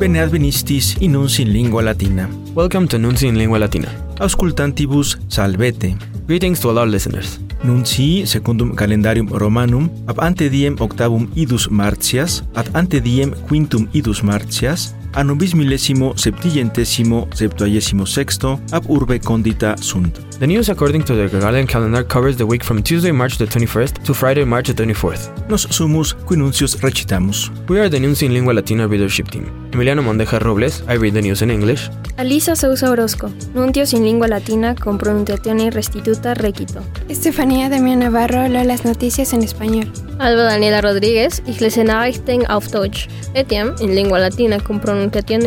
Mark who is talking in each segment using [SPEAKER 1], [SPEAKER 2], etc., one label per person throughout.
[SPEAKER 1] Beneat venistis in Nunci in Lingua Latina.
[SPEAKER 2] Welcome to Nunci in Lingua Latina.
[SPEAKER 1] Auscultantibus salvete.
[SPEAKER 2] Greetings to all our listeners.
[SPEAKER 1] Nuncii secundum calendarium Romanum ab ante diem octavum idus martias, ad ante diem quintum idus martias, a nobis millesimo septillentesimo septuagésimo sexto ab urbe condita sunt.
[SPEAKER 2] The news according to the Gregorian calendar covers the week from Tuesday, March the 21st to Friday, March the 24th.
[SPEAKER 1] Nos sumus qui nuncios recitamus.
[SPEAKER 2] We are the News in Lingua Latina readership team. Emiliano Mondeja Robles, I read the news in English.
[SPEAKER 3] Alisa Sousa Orozco, Nuntio sin lingua latina con pronunciación restituta requito.
[SPEAKER 4] Estefanía Damián Navarro leo las noticias en español.
[SPEAKER 5] Alba Daniela Rodríguez, Ich lese Nachrichten auf Deutsch. Etiam en lengua latina con pronunciación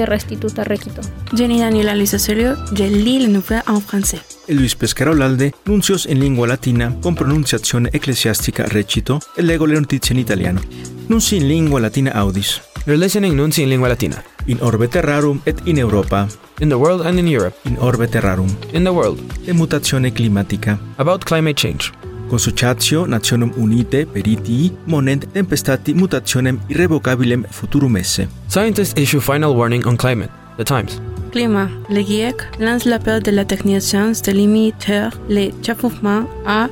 [SPEAKER 5] restituta requito.
[SPEAKER 6] Jenny Daniela Luisa Solio, Je lis les nouvelles en français.
[SPEAKER 1] Luis Pescarolalde, Nuncios en lingua latina con pronunciación eclesiástica recito, e leggo le notizie in italiano. Nunci in lingua latina audis.
[SPEAKER 2] You're listening Nunci in Lingua Latina.
[SPEAKER 1] In orbite rarum et in Europa.
[SPEAKER 2] In the world and in Europe.
[SPEAKER 1] In orbite rarum.
[SPEAKER 2] In the world.
[SPEAKER 1] De mutazione climatica.
[SPEAKER 2] About climate change.
[SPEAKER 1] Consociatio nationum unite peritii monent tempestati mutationem irrevocabilem futurum esse.
[SPEAKER 2] Scientists issue final warning on climate. The Times.
[SPEAKER 6] Climat. Le GIEC lance l'appel de la techniciens de limiter le chafouffement à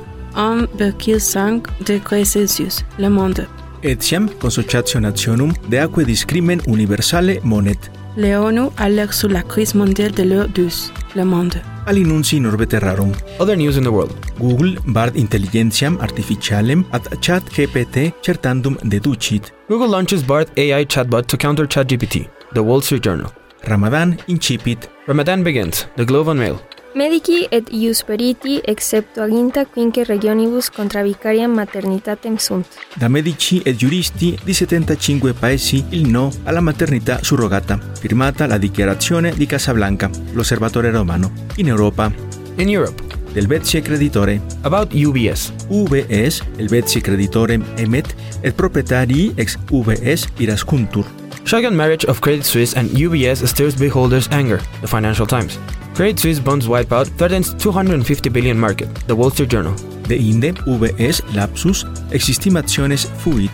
[SPEAKER 6] 1,5 degrés Celsius. Le Monde.
[SPEAKER 1] Etiam consociatio nationum de aqua discrimen universale monet.
[SPEAKER 6] Le ONU alerte sur la crise mondiale de l'eau douce. Le Monde.
[SPEAKER 1] Alinunci in orbite rarum.
[SPEAKER 2] Other news in the world.
[SPEAKER 1] Google Bard Intelligentiam Artificialem ad chat GPT certandum deducit.
[SPEAKER 2] Google launches Bard AI chatbot to counter ChatGPT. The Wall Street Journal.
[SPEAKER 1] Ramadan incipit.
[SPEAKER 2] Ramadan begins. The Globe and Mail.
[SPEAKER 3] Medici et ius periti excepto aginta quinque regionibus contra vicariam maternitatem sunt.
[SPEAKER 1] Da medici et juristi di 75 paesi il no alla maternità surrogata, firmata la dichiarazione di Casablanca, l'osservatore romano, in Europa.
[SPEAKER 2] In Europe.
[SPEAKER 1] Del Betsy Creditore.
[SPEAKER 2] About UBS.
[SPEAKER 1] UBS, el Betsy Creditore Emet, et proprietari ex UBS irascuntur.
[SPEAKER 2] Shotgun marriage of Credit Suisse and UBS stirs bondholders' anger, the Financial Times. Credit Suisse bonds wipeout threatens 250 billion market, The Wall Street Journal.
[SPEAKER 1] De Inde, VS, Lapsus, Existimationes fuit.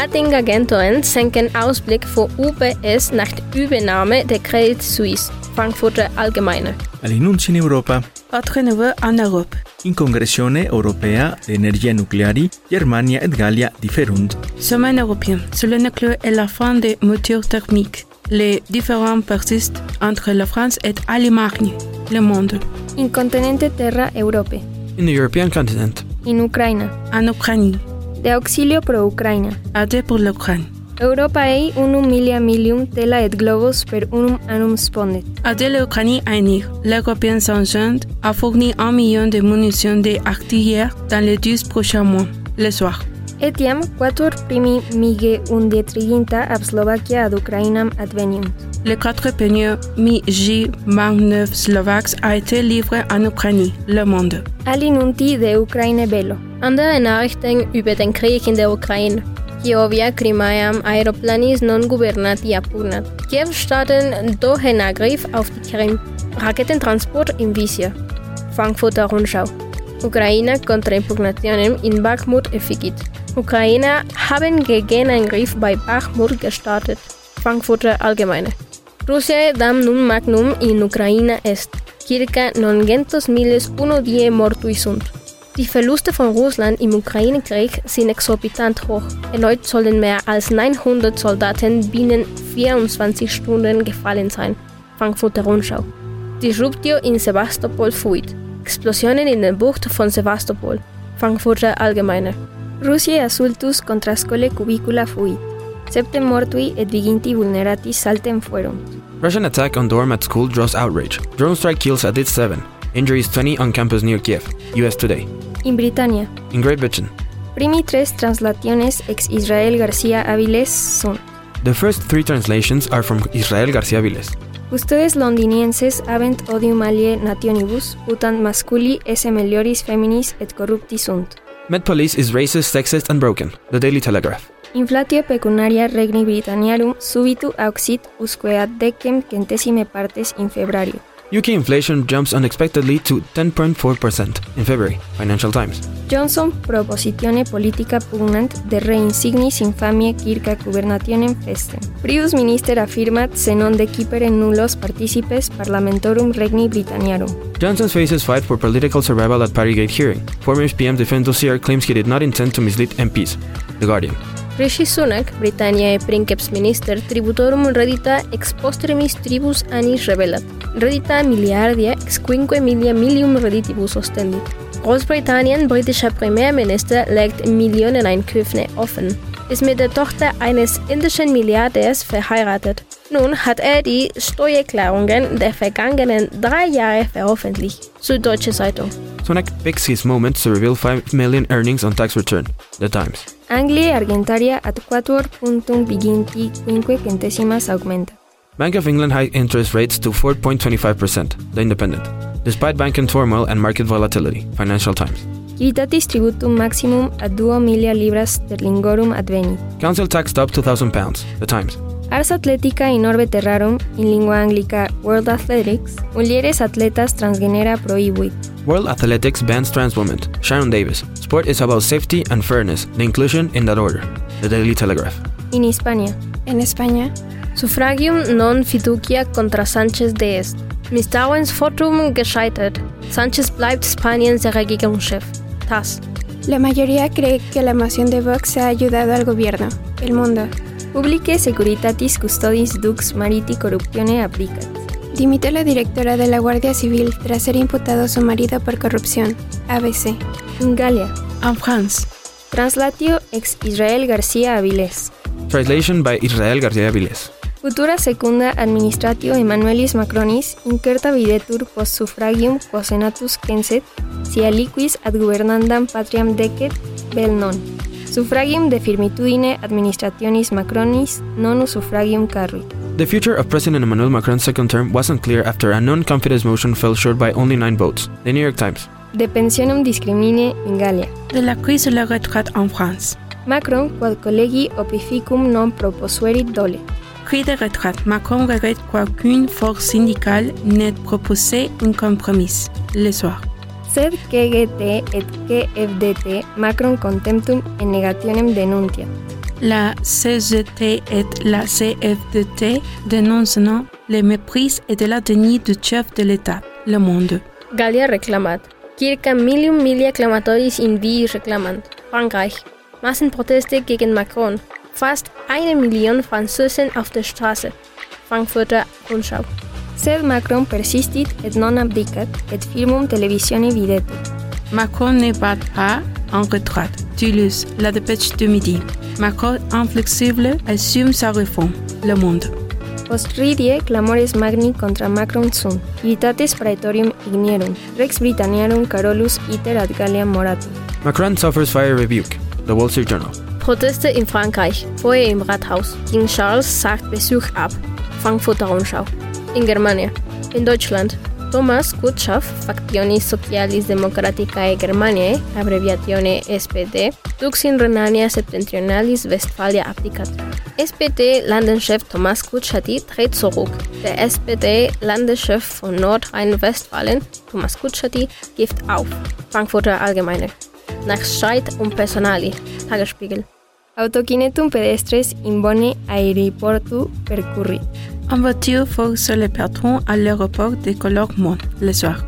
[SPEAKER 5] Ratingagenturen senken Ausblick für UBS nach Übernahme der Credit Suisse, Frankfurter Allgemeine.
[SPEAKER 1] All'Inunzi in Europa.
[SPEAKER 6] Autre nouveau en Europe.
[SPEAKER 1] In Congressione Europea de Energia Nucleari, Germania et Gallia differunt.
[SPEAKER 6] Sommet européen sur le nucléaire et la fin des moteurs thermiques. Les différends persistent entre la France et l'Allemagne. Le Monde.
[SPEAKER 3] In continente terra Europe.
[SPEAKER 2] In the European continent.
[SPEAKER 3] In Ucrania.
[SPEAKER 6] En Ucranie.
[SPEAKER 3] De auxilio pro Ucrania.
[SPEAKER 6] Aide pour l'Ukraine.
[SPEAKER 3] Europae unum milia milium tela et globos per unum annum spondet.
[SPEAKER 6] Aide l'Ukraine à unir, l'Européen s'engendre a fourni un million de munitions d'artillerie dans les dix prochains mois. Le soir.
[SPEAKER 3] Etiam quator primi mige undietriginta ab Slovakia ad Ukrainam adveniunt.
[SPEAKER 6] Le 4 peigneux MIG 29 Slovaques a été livré en Ukraine, le monde.
[SPEAKER 3] Alinunti de Ukraine Belo.
[SPEAKER 5] Andere Nachrichten über den Krieg in der Ukraine. Georgia Krimaeam Aeroplanis non gubernati apurnat. Kiew starten dohen Angriff auf die Krim. Raketentransport im Visier. Frankfurter Rundschau. Ukraine contra Impugnationen in Bakhmut efficit. Ukrainer haben Gegenangriff bei Bachmut gestartet. Frankfurter Allgemeine. Rusia damnum magnum in Ukraine est. Circa 900 miles uno die mortui sunt. Die Verluste von Russland im Ukraine-Krieg sind exorbitant hoch. Erneut sollen mehr als 900 Soldaten binnen 24 Stunden gefallen sein. Frankfurter Rundschau. Disruptio in Sebastopol fuit. Explosionen in der Bucht von Sebastopol. Frankfurter Allgemeine.
[SPEAKER 3] Rusiae asultus contra scole cubicula fuit. Septem mortui et viginti vulneratis saltem fuerum.
[SPEAKER 2] Russian attack on dorm at school draws outrage. Drone strike kills at least seven. Injuries 20 on campus near Kiev. US Today.
[SPEAKER 3] In Britannia.
[SPEAKER 2] In Great Britain.
[SPEAKER 3] Primi tres translaciones ex Israel García Áviles son.
[SPEAKER 2] The first three translations are from Israel García Viles.
[SPEAKER 3] Ustedes londinienses habent odium alie nationibus, utant masculi esse melioris feminis et corrupti sunt.
[SPEAKER 2] Met Police is racist, sexist, and broken. The Daily Telegraph.
[SPEAKER 3] Inflatio pecunaria regni Britanniarum subitu auxit usque ad decem centesime partes in febrario.
[SPEAKER 2] UK inflation jumps unexpectedly to 10.4% in February, Financial Times.
[SPEAKER 3] Johnson propositione politica pugnant de reinsignis infamie circa gubernationem festem. Prius minister affirmat se non decipere nullos participes parlamentorum regni Britanniarum.
[SPEAKER 2] Johnson faces fight for political survival at Partygate hearing. Former PM Defendo Dossier claims he did not intend to mislead MPs. The Guardian.
[SPEAKER 5] Rishi Sunak, Britanniae princeps minister tributorum reddita ex postremis tribus annis revelat. Reddita miliardia ex quinque milia milium redditibus ostendit. Großbritannien, britischer Premierminister, legt Millioneneinkäufe offen. Ist mit der Tochter eines indischen Milliardärs verheiratet. Nun hat er die Steuererklärungen der vergangenen drei Jahre veröffentlicht. Süddeutsche Zeitung.
[SPEAKER 2] Sunak picks his moment to reveal 5 million earnings on tax return. The Times.
[SPEAKER 3] Anglia argentaria ad quatuor puntum viginti quinque centesimas augmenta.
[SPEAKER 2] Bank of England high interest rates to 4.25%. The Independent. Despite bank and turmoil and market volatility. Financial Times.
[SPEAKER 3] Civitatis tributum maximum ad duo milia libras sterlingorum advenit.
[SPEAKER 2] Council taxed up to 1,000 pounds. The Times.
[SPEAKER 3] Ars Atletica in Orbe Terrarum, in lingua anglica World Athletics, mulieres atletas transgenera prohibuit.
[SPEAKER 2] World Athletics bans trans women. Sharon Davis. Sport is about safety and fairness, the inclusion in that order. The Daily Telegraph.
[SPEAKER 3] In Hispania.
[SPEAKER 4] En España.
[SPEAKER 5] Suffragium non fiducia contra Sánchez de Est. Misstrauens Votum gescheitert. Sánchez bleibt Spaniens Regierungschef. TASS.
[SPEAKER 4] La mayoría cree que la moción de Vox ha ayudado al gobierno. El Mundo.
[SPEAKER 3] Publique Securitatis Custodis Dux Mariti Corruptione Applicat.
[SPEAKER 4] Dimitió la directora de la Guardia Civil tras ser imputado su marido por corrupción. ABC.
[SPEAKER 3] In Galia.
[SPEAKER 6] En France.
[SPEAKER 3] Translatio ex Israel García Avilés.
[SPEAKER 2] Translation by Israel García Avilés.
[SPEAKER 3] Futura secunda administratio Emanuelis Macronis incerta videtur post suffragium quosenatus quenset si aliquis ad governandam patriam decet bel non. Suffragium de firmitudine administrationis Macronis non suffragium carruit.
[SPEAKER 2] The future of President Emmanuel Macron's second term wasn't clear after a non-confidence motion fell short by only nine votes. The New York Times.
[SPEAKER 3] De pensionum discrimine in Gallia.
[SPEAKER 6] De la crise de la retraite en France.
[SPEAKER 3] Macron quod collegi opificum non proposuerit dole.
[SPEAKER 6] Cri de retraite. Macron regrette qu'aucune force syndicale n'ait proposé un compromis. Le soir.
[SPEAKER 3] Sed que GT et que FDT Macron contemptum en negationem denuntia.
[SPEAKER 6] La CGT et la CFDT dénoncent les méprises et de la déni du chef de l'État, le monde.
[SPEAKER 5] Gallia reclamat. Circa milium milia clamatoris in vi reclamant. Frankreich. Massenproteste gegen Macron. Fast eine Million Französin auf der Straße. Frankfurter Rundschau.
[SPEAKER 3] Sed Macron persistit et non abdicat, et firmum televisione videtur.
[SPEAKER 6] Macron ne bat pas en retraite. Toulouse, la dépêche de midi. Macron inflexible assume sa réforme. Le Monde.
[SPEAKER 3] Postridie clamores magni contra Macron sum, civitates praetorium ignierum, rex Britanniarum Carolus iter ad Galliam moratum.
[SPEAKER 2] Macron suffers fire rebuke. The Wall Street Journal.
[SPEAKER 5] Proteste in Frankreich. Feuer im Rathaus. King Charles sagt Besuch ab. Frankfurter Rundschau in Germania. In Deutschland, Thomas Kutschaff, Factionis Socialis Democraticae Germaniae, abbreviatione SPD, dux in Renania Septentrionalis Westphalia abdicat. SPD-Landeschef Thomas Kutschaty tritt zurück. Der SPD-Landeschef von Nordrhein-Westfalen, Thomas Kutschaty, gibt auf. Frankfurter Allgemeine. Nach Streit um Personali. Tagesspiegel.
[SPEAKER 3] Autokinetum pedestres in bone aeroportu percurrit.
[SPEAKER 6] En voiture, force le patron à l'aéroport de Colormont le soir.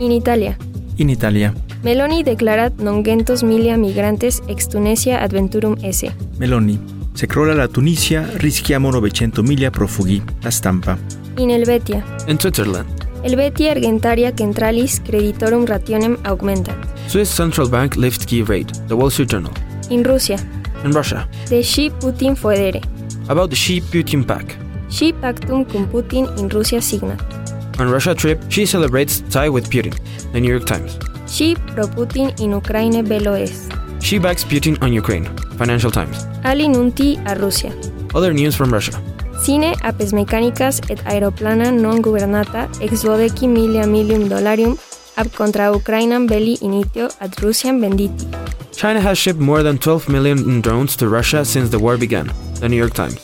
[SPEAKER 3] In Italia.
[SPEAKER 1] In Italia.
[SPEAKER 3] Meloni declarat non gentos milia migrantes ex Tunisia adventurum esse.
[SPEAKER 1] Meloni. Se crolla la Tunisia, rischiamo 900 miglia profughi. La stampa.
[SPEAKER 7] in Helvetia.
[SPEAKER 2] In Switzerland,
[SPEAKER 7] Helvetia argentaria centralis creditorum rationem augmentat.
[SPEAKER 2] Swiss Central Bank lifts key rate, the Wall Street Journal.
[SPEAKER 7] In Rusia,
[SPEAKER 2] In Russia,
[SPEAKER 7] de shi Putin foedere.
[SPEAKER 2] about the Xi Putin pact.
[SPEAKER 7] Shi pactum cum Putin in Rusia signat.
[SPEAKER 2] On Russia trip, she celebrates tie with Putin, the New York Times.
[SPEAKER 7] Shi pro Putin in Ukraine bello est.
[SPEAKER 2] She backs Putin on Ukraine, Financial Times.
[SPEAKER 7] Ali nunti a Rusia.
[SPEAKER 2] Other news from Russia.
[SPEAKER 7] Sine apes mecánicas et aeroplana non gubernata ex lodeci milia milium dollarium ab contra Ukrainam belli initio ad Rusiam venditi.
[SPEAKER 2] China has shipped more than 12 million drones to Russia since the war began, the New York Times.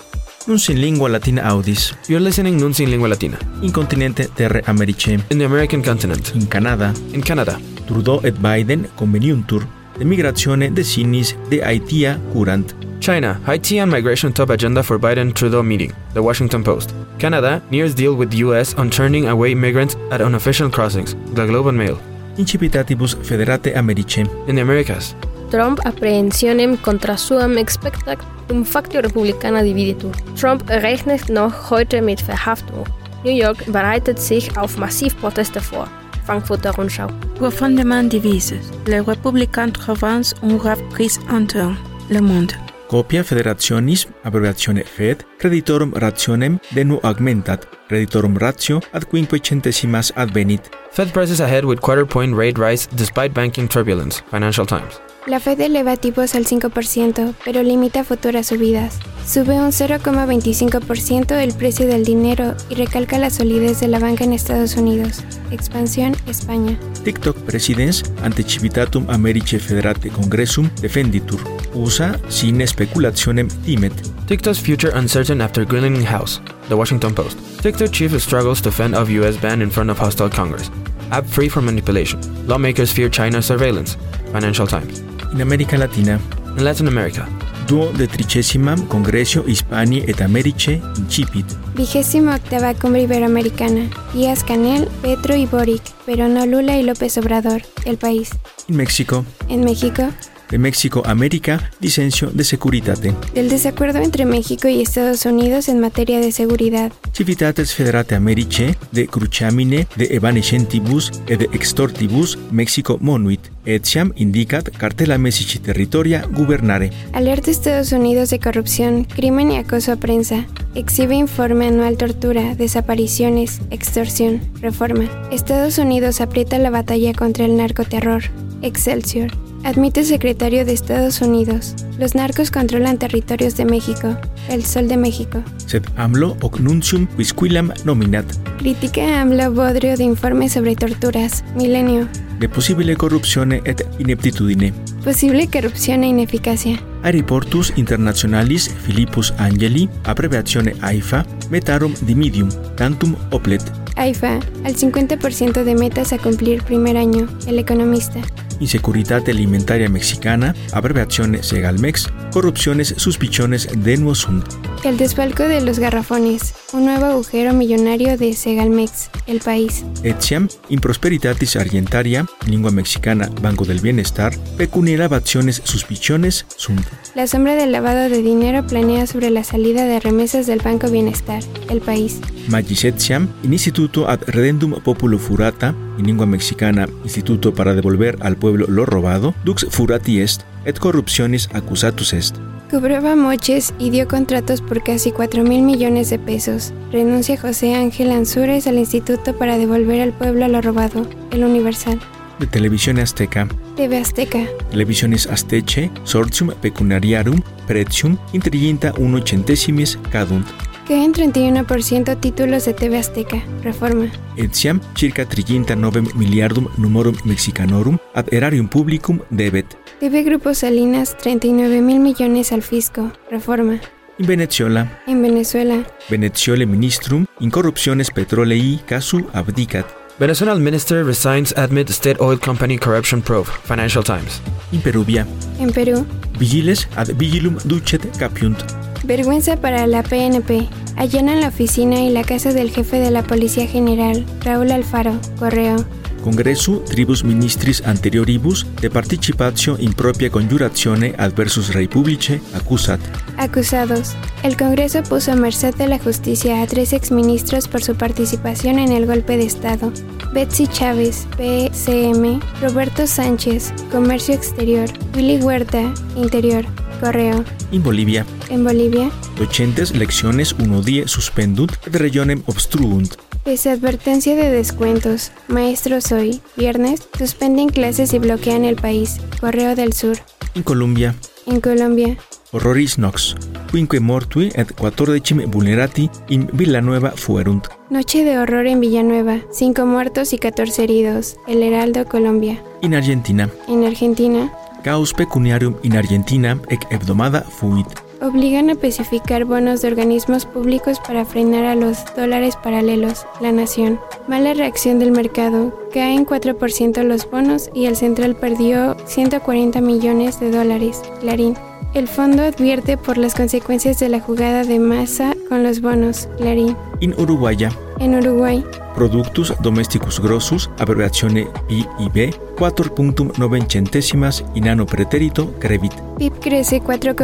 [SPEAKER 1] Nunc in lingua latina audis.
[SPEAKER 2] You're listening Nunc in Lingua Latina.
[SPEAKER 1] In continente terre americem.
[SPEAKER 2] In the American continent.
[SPEAKER 1] In Canada.
[SPEAKER 2] In Canada.
[SPEAKER 1] Trudeau et Biden conveniuntur de migratione de sinis de Haitia curant.
[SPEAKER 2] China, Haiti and migration top agenda for Biden Trudeau meeting, The Washington Post. Canada, nears deal with US on turning away migrants at unofficial crossings, The Globe and Mail.
[SPEAKER 1] Incipitatibus federate americem.
[SPEAKER 2] In the Americas,
[SPEAKER 8] Trump apprehensionem contra suam expectat um factio republicana dividitur. Trump rechnet noch heute mit Verhaftung. New York bereitet sich auf Massivproteste vor. Frankfurter Rundschau.
[SPEAKER 6] Profondément divises, les républicains traversent un grave crise interne. Le Monde.
[SPEAKER 1] Copia federationis abbreviatione FED creditorum rationem de nu augmentat creditorum ratio ad quinque centesimas advenit.
[SPEAKER 2] Fed prices ahead with quarter point rate rise despite banking turbulence, Financial Times.
[SPEAKER 3] La Fed eleva tipos al 5%, pero limita futuras subidas. Sube un 0,25% el precio del dinero y recalca la solidez de la banca en Estados Unidos. Expansión España.
[SPEAKER 1] TikTok presidens antecipitatum americe federate congressum defenditur. USA sine speculationem timet.
[SPEAKER 2] TikTok's future uncertain after grilling House, The Washington Post. TikTok chief struggles to fend off US ban in front of hostile Congress. App free from manipulation. Lawmakers fear China's surveillance, Financial Times.
[SPEAKER 1] In América Latina,
[SPEAKER 2] In Latin America,
[SPEAKER 1] duo de tricesimam congressio hispani et americe incipit.
[SPEAKER 3] Vigésima octava cumbre iberoamericana. Díaz Canel, Petro y Boric, pero no Lula y López Obrador. El país.
[SPEAKER 1] In México,
[SPEAKER 3] En México,
[SPEAKER 1] de México América licencio de securitate.
[SPEAKER 3] del desacuerdo entre México y Estados Unidos en materia de seguridad.
[SPEAKER 1] Civitates federate americe de cruchamine de evanescentibus et de extortibus Mexico monuit. Etiam indicat cartela messici territoria gubernare.
[SPEAKER 3] Alerta a Estados Unidos de corrupción, crimen y acoso a prensa. Exhibe informe anual tortura, desapariciones, extorsión, reforma. Estados Unidos aprieta la batalla contra el narcoterror. Excelsior. Admite secretario de Estados Unidos. Los narcos controlan territorios de México. El Sol de México.
[SPEAKER 1] Sed amlo hoc nuncium quisquilam nominat.
[SPEAKER 3] Critica a AMLO Bodrio de informe sobre torturas. Milenio.
[SPEAKER 1] De possibile corruptione et ineptitudine.
[SPEAKER 3] Posible corrupción e ineficacia.
[SPEAKER 1] Aeroportus Internationalis Philippus Angeli, abbreviatione AIFA, metarum dimidium, tantum oplet.
[SPEAKER 3] AIFA. Al 50% de metas a cumplir primer año. El Economista.
[SPEAKER 1] Insecuritate alimentaria mexicana, abreviación Segalmex, corrupciones suspiciones denuo sunt.
[SPEAKER 3] El desfalco de los garrafones, un nuevo agujero millonario de Segalmex, el país.
[SPEAKER 1] Etiam, improsperitatis argentaria, lengua mexicana, Banco del Bienestar, pecunierabaciones suspiciones sunt.
[SPEAKER 3] La sombra del lavado de dinero planea sobre la salida de remesas del Banco Bienestar, el país.
[SPEAKER 1] Magis etiam, in instituto ad redendum populo furata, en lengua mexicana, instituto para devolver al pueblo lo robado, dux furati est, et corruptionis accusatus est.
[SPEAKER 3] Cobraba moches y dio contratos por casi 4 mil millones de pesos. Renuncia José Ángel Ansúrez al instituto para devolver al pueblo lo robado, el Universal.
[SPEAKER 1] De televisión azteca,
[SPEAKER 3] TV Azteca,
[SPEAKER 1] Televisiones Azteche, Sortium Pecunariarum, Pretium, Intriginta 1 centesimis cadunt.
[SPEAKER 3] que en 31% títulos de TV Azteca, Reforma.
[SPEAKER 1] Etiam circa triginta novem miliardum numorum mexicanorum ad erarium publicum debet.
[SPEAKER 3] TV Grupo Salinas, 39 mil millones al fisco, Reforma.
[SPEAKER 1] In Veneziola,
[SPEAKER 3] En Venezuela,
[SPEAKER 1] Veneziole ministrum in corruptiones petrolei casu abdicat.
[SPEAKER 2] Venezuelan minister resigns amid state oil company corruption probe, Financial Times.
[SPEAKER 1] In Peruvia,
[SPEAKER 3] en Perú,
[SPEAKER 1] vigiles ad vigilum ducet capiunt.
[SPEAKER 3] Vergüenza para la PNP. Allanan la oficina y la casa del jefe de la Policía General, Raúl Alfaro, Correo.
[SPEAKER 1] Congressu tribus ministris anterioribus de participatio impropia conjuratione adversus rei publice accusat.
[SPEAKER 4] Acusados. El Congreso puso a merced de la justicia a tres exministros por su participación en el golpe de Estado. Betsy Chávez, PCM, Roberto Sánchez, Comercio Exterior, Willy Huerta, Interior, Correo.
[SPEAKER 1] In Bolivia,
[SPEAKER 4] En Bolivia,
[SPEAKER 1] docentes lecciones 1 die suspendunt et regionem obstruunt.
[SPEAKER 4] pese a advertencia de descuentos, maestros hoy, viernes, suspenden clases y bloquean el país. Correo del Sur.
[SPEAKER 1] In Colombia,
[SPEAKER 4] En Colombia,
[SPEAKER 1] horroris nox, quinque mortui et quattordecim vulnerati in Villanueva fuerunt.
[SPEAKER 4] Noche de horror en Villanueva, 5 muertos y 14 heridos. El Heraldo, Colombia.
[SPEAKER 1] In Argentina,
[SPEAKER 4] En Argentina,
[SPEAKER 1] caos pecuniarium in Argentina ec hebdomada fuit.
[SPEAKER 4] obligan a especificar bonos de organismos públicos para frenar a los dólares paralelos, la nación. Mala reacción del mercado, caen 4% los bonos y el central perdió 140 millones de dólares, Clarín. El fondo advierte por las consecuencias de la jugada de masa con los bonos, Clarín.
[SPEAKER 1] In Uruguaya,
[SPEAKER 4] En Uruguay,
[SPEAKER 1] Productus domesticus grossus, abbreviazione PIB, 4.9 centesimas in anno preterito crevit.
[SPEAKER 4] PIB crece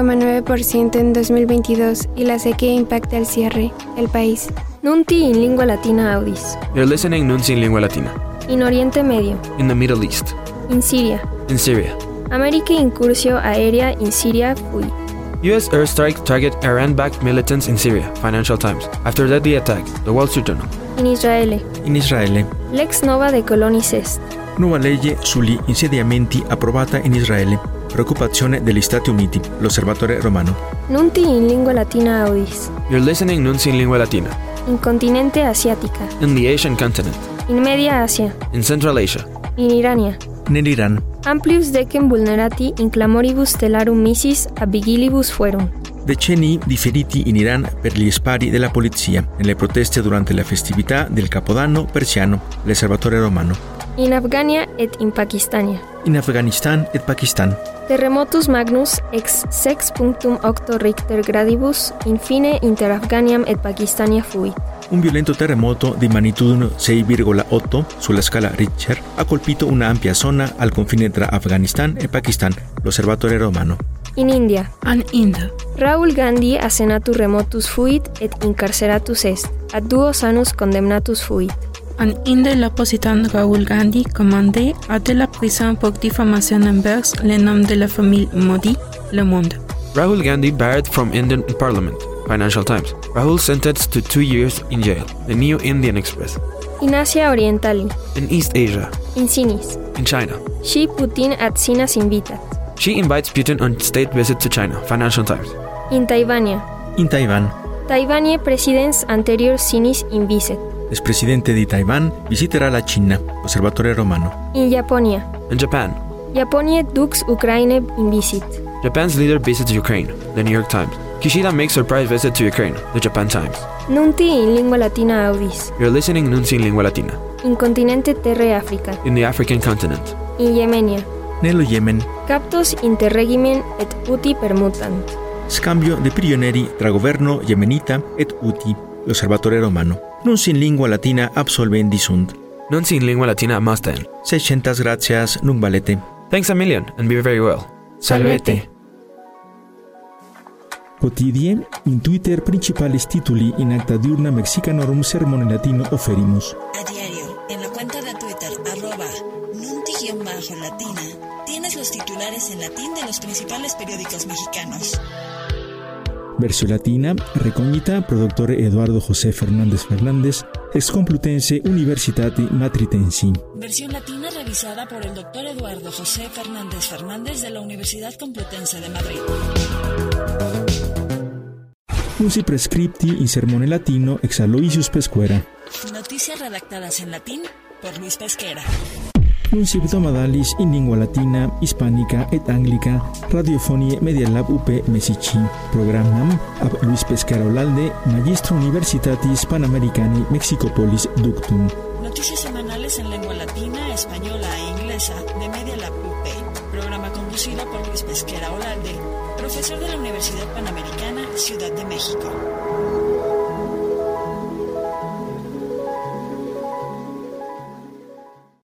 [SPEAKER 4] 4,9% en 2022 y la sequía impacta el cierre, el país.
[SPEAKER 3] Nunti in lingua latina audis.
[SPEAKER 2] You're listening Nunzi in Lingua Latina.
[SPEAKER 3] In Oriente Medio,
[SPEAKER 2] In the Middle East.
[SPEAKER 3] in Siria.
[SPEAKER 2] In Syria.
[SPEAKER 3] América incursio aérea in Siria cui.
[SPEAKER 2] U.S. airstrike target Iran-backed militants in Syria. Financial Times. After deadly attack. The Wall Street Journal.
[SPEAKER 3] In Israele,
[SPEAKER 1] In Israele,
[SPEAKER 3] lex nova de colonis est.
[SPEAKER 1] nuova legge sugli insediamenti approvata in Israele. Preoccupazione degli Stati Uniti, l'osservatore romano.
[SPEAKER 3] Nunti in lingua latina audis.
[SPEAKER 2] You're listening Nunzi in Lingua Latina.
[SPEAKER 3] In continente asiática,
[SPEAKER 2] In the Asian continent.
[SPEAKER 3] in media Asia,
[SPEAKER 2] In Central Asia.
[SPEAKER 3] in Irania.
[SPEAKER 1] Nell'Iran,
[SPEAKER 3] Amplius decem vulnerati in clamoribus stellarum missis ab vigilibus fuerum.
[SPEAKER 1] decenni di feriti in Iran per gli spari della polizia, nelle proteste durante la festività del Capodanno persiano, l'osservatore romano.
[SPEAKER 3] In Afgania et in Pakistania.
[SPEAKER 1] In Afghanistan e Pakistan,
[SPEAKER 3] Terremotus magnus ex 6.8 Richter gradibus infine inter Afganiam et Pakistania fuit.
[SPEAKER 1] Un violento terremoto di magnitudo 6,8 sulla scala Richter ha colpito una ampia zona al confine tra Afghanistan e Pakistan, l'osservatore romano.
[SPEAKER 3] In India,
[SPEAKER 6] An Inda.
[SPEAKER 3] Raul Gandhi assenatus remotus fuit et incarceratus est, ad duo sanus condemnatus fuit.
[SPEAKER 6] An Inde l'oppositant Raoul Gandhi commandé à de la prison pour diffamation en verse le nom de la famille Modi, Le Monde.
[SPEAKER 2] Rahul Gandhi barred from Indian parliament. Financial Times. Rahul sentenced to two years in jail. The New Indian Express.
[SPEAKER 3] In Asia Orientali,
[SPEAKER 2] In East Asia.
[SPEAKER 3] in Sinis,
[SPEAKER 2] In China.
[SPEAKER 3] si Putin ad Sinas invitat.
[SPEAKER 2] She invites Putin on state visit to China. Financial Times.
[SPEAKER 3] In Taivania,
[SPEAKER 1] In Taiwan,
[SPEAKER 3] Taivanie presidens anterior Sinis inviset.
[SPEAKER 1] l'expresidente di Taiwan visiterà la Cina, l'osservatore romano.
[SPEAKER 3] In Japonia,
[SPEAKER 2] In Japan.
[SPEAKER 3] Japonie dux Ukraine invisit.
[SPEAKER 2] Japan's leader visits Ukraine. The New York Times. Kishida makes surprise visit to Ukraine. The Japan Times.
[SPEAKER 3] Nunti in lingua latina audis,
[SPEAKER 2] You're listening Nunzi in Lingua Latina.
[SPEAKER 3] in continente terre Africa,
[SPEAKER 2] In the African continent.
[SPEAKER 3] in Yemenia,
[SPEAKER 1] Nello Yemen,
[SPEAKER 3] captos interregimen et uti permutant.
[SPEAKER 1] scambio di prigionieri tra governo yemenita et UTI, l'osservatore romano. Non in lingua latina absolvendi sunt.
[SPEAKER 2] Nunzi in Lingua Latina must end.
[SPEAKER 1] 600 gracias, nun valete.
[SPEAKER 2] Thanks a million and be very well.
[SPEAKER 3] Salvete.
[SPEAKER 9] Quotidie, in Twitter principales tituli in acta diurna mexicanorum sermone latino oferimus.
[SPEAKER 10] A diario, en la cuenta de Twitter, arroba nunti-latina, tienes los titulares en latín de los principales periódicos mexicanos.
[SPEAKER 9] Verso Latina, Recognita, productore Eduardo José Fernández Fernández, ex Complutense Universitate Matritensi.
[SPEAKER 10] Versión latina revisada por el doctor Eduardo José Fernández Fernández de la Universidad Complutense de Madrid.
[SPEAKER 9] Usi prescripti in sermone latino ex Aloysius Pescuera.
[SPEAKER 10] Noticias redactadas en latín por Luis Pesquera.
[SPEAKER 9] Nunci domadalis in lingua latina, hispánica et anglica, radiofonie Medialab UP Mesici. Programmam ab Luis Pescara Olalde, Magistro Universitatis Panamericani Mexicopolis Ductum.
[SPEAKER 10] Noticias semanales en lengua latina, española e inglesa de Media Lab UP. Programa conducido por Luis Pesquera Olalde, profesor de la Universidad Panamericana, Ciudad de México.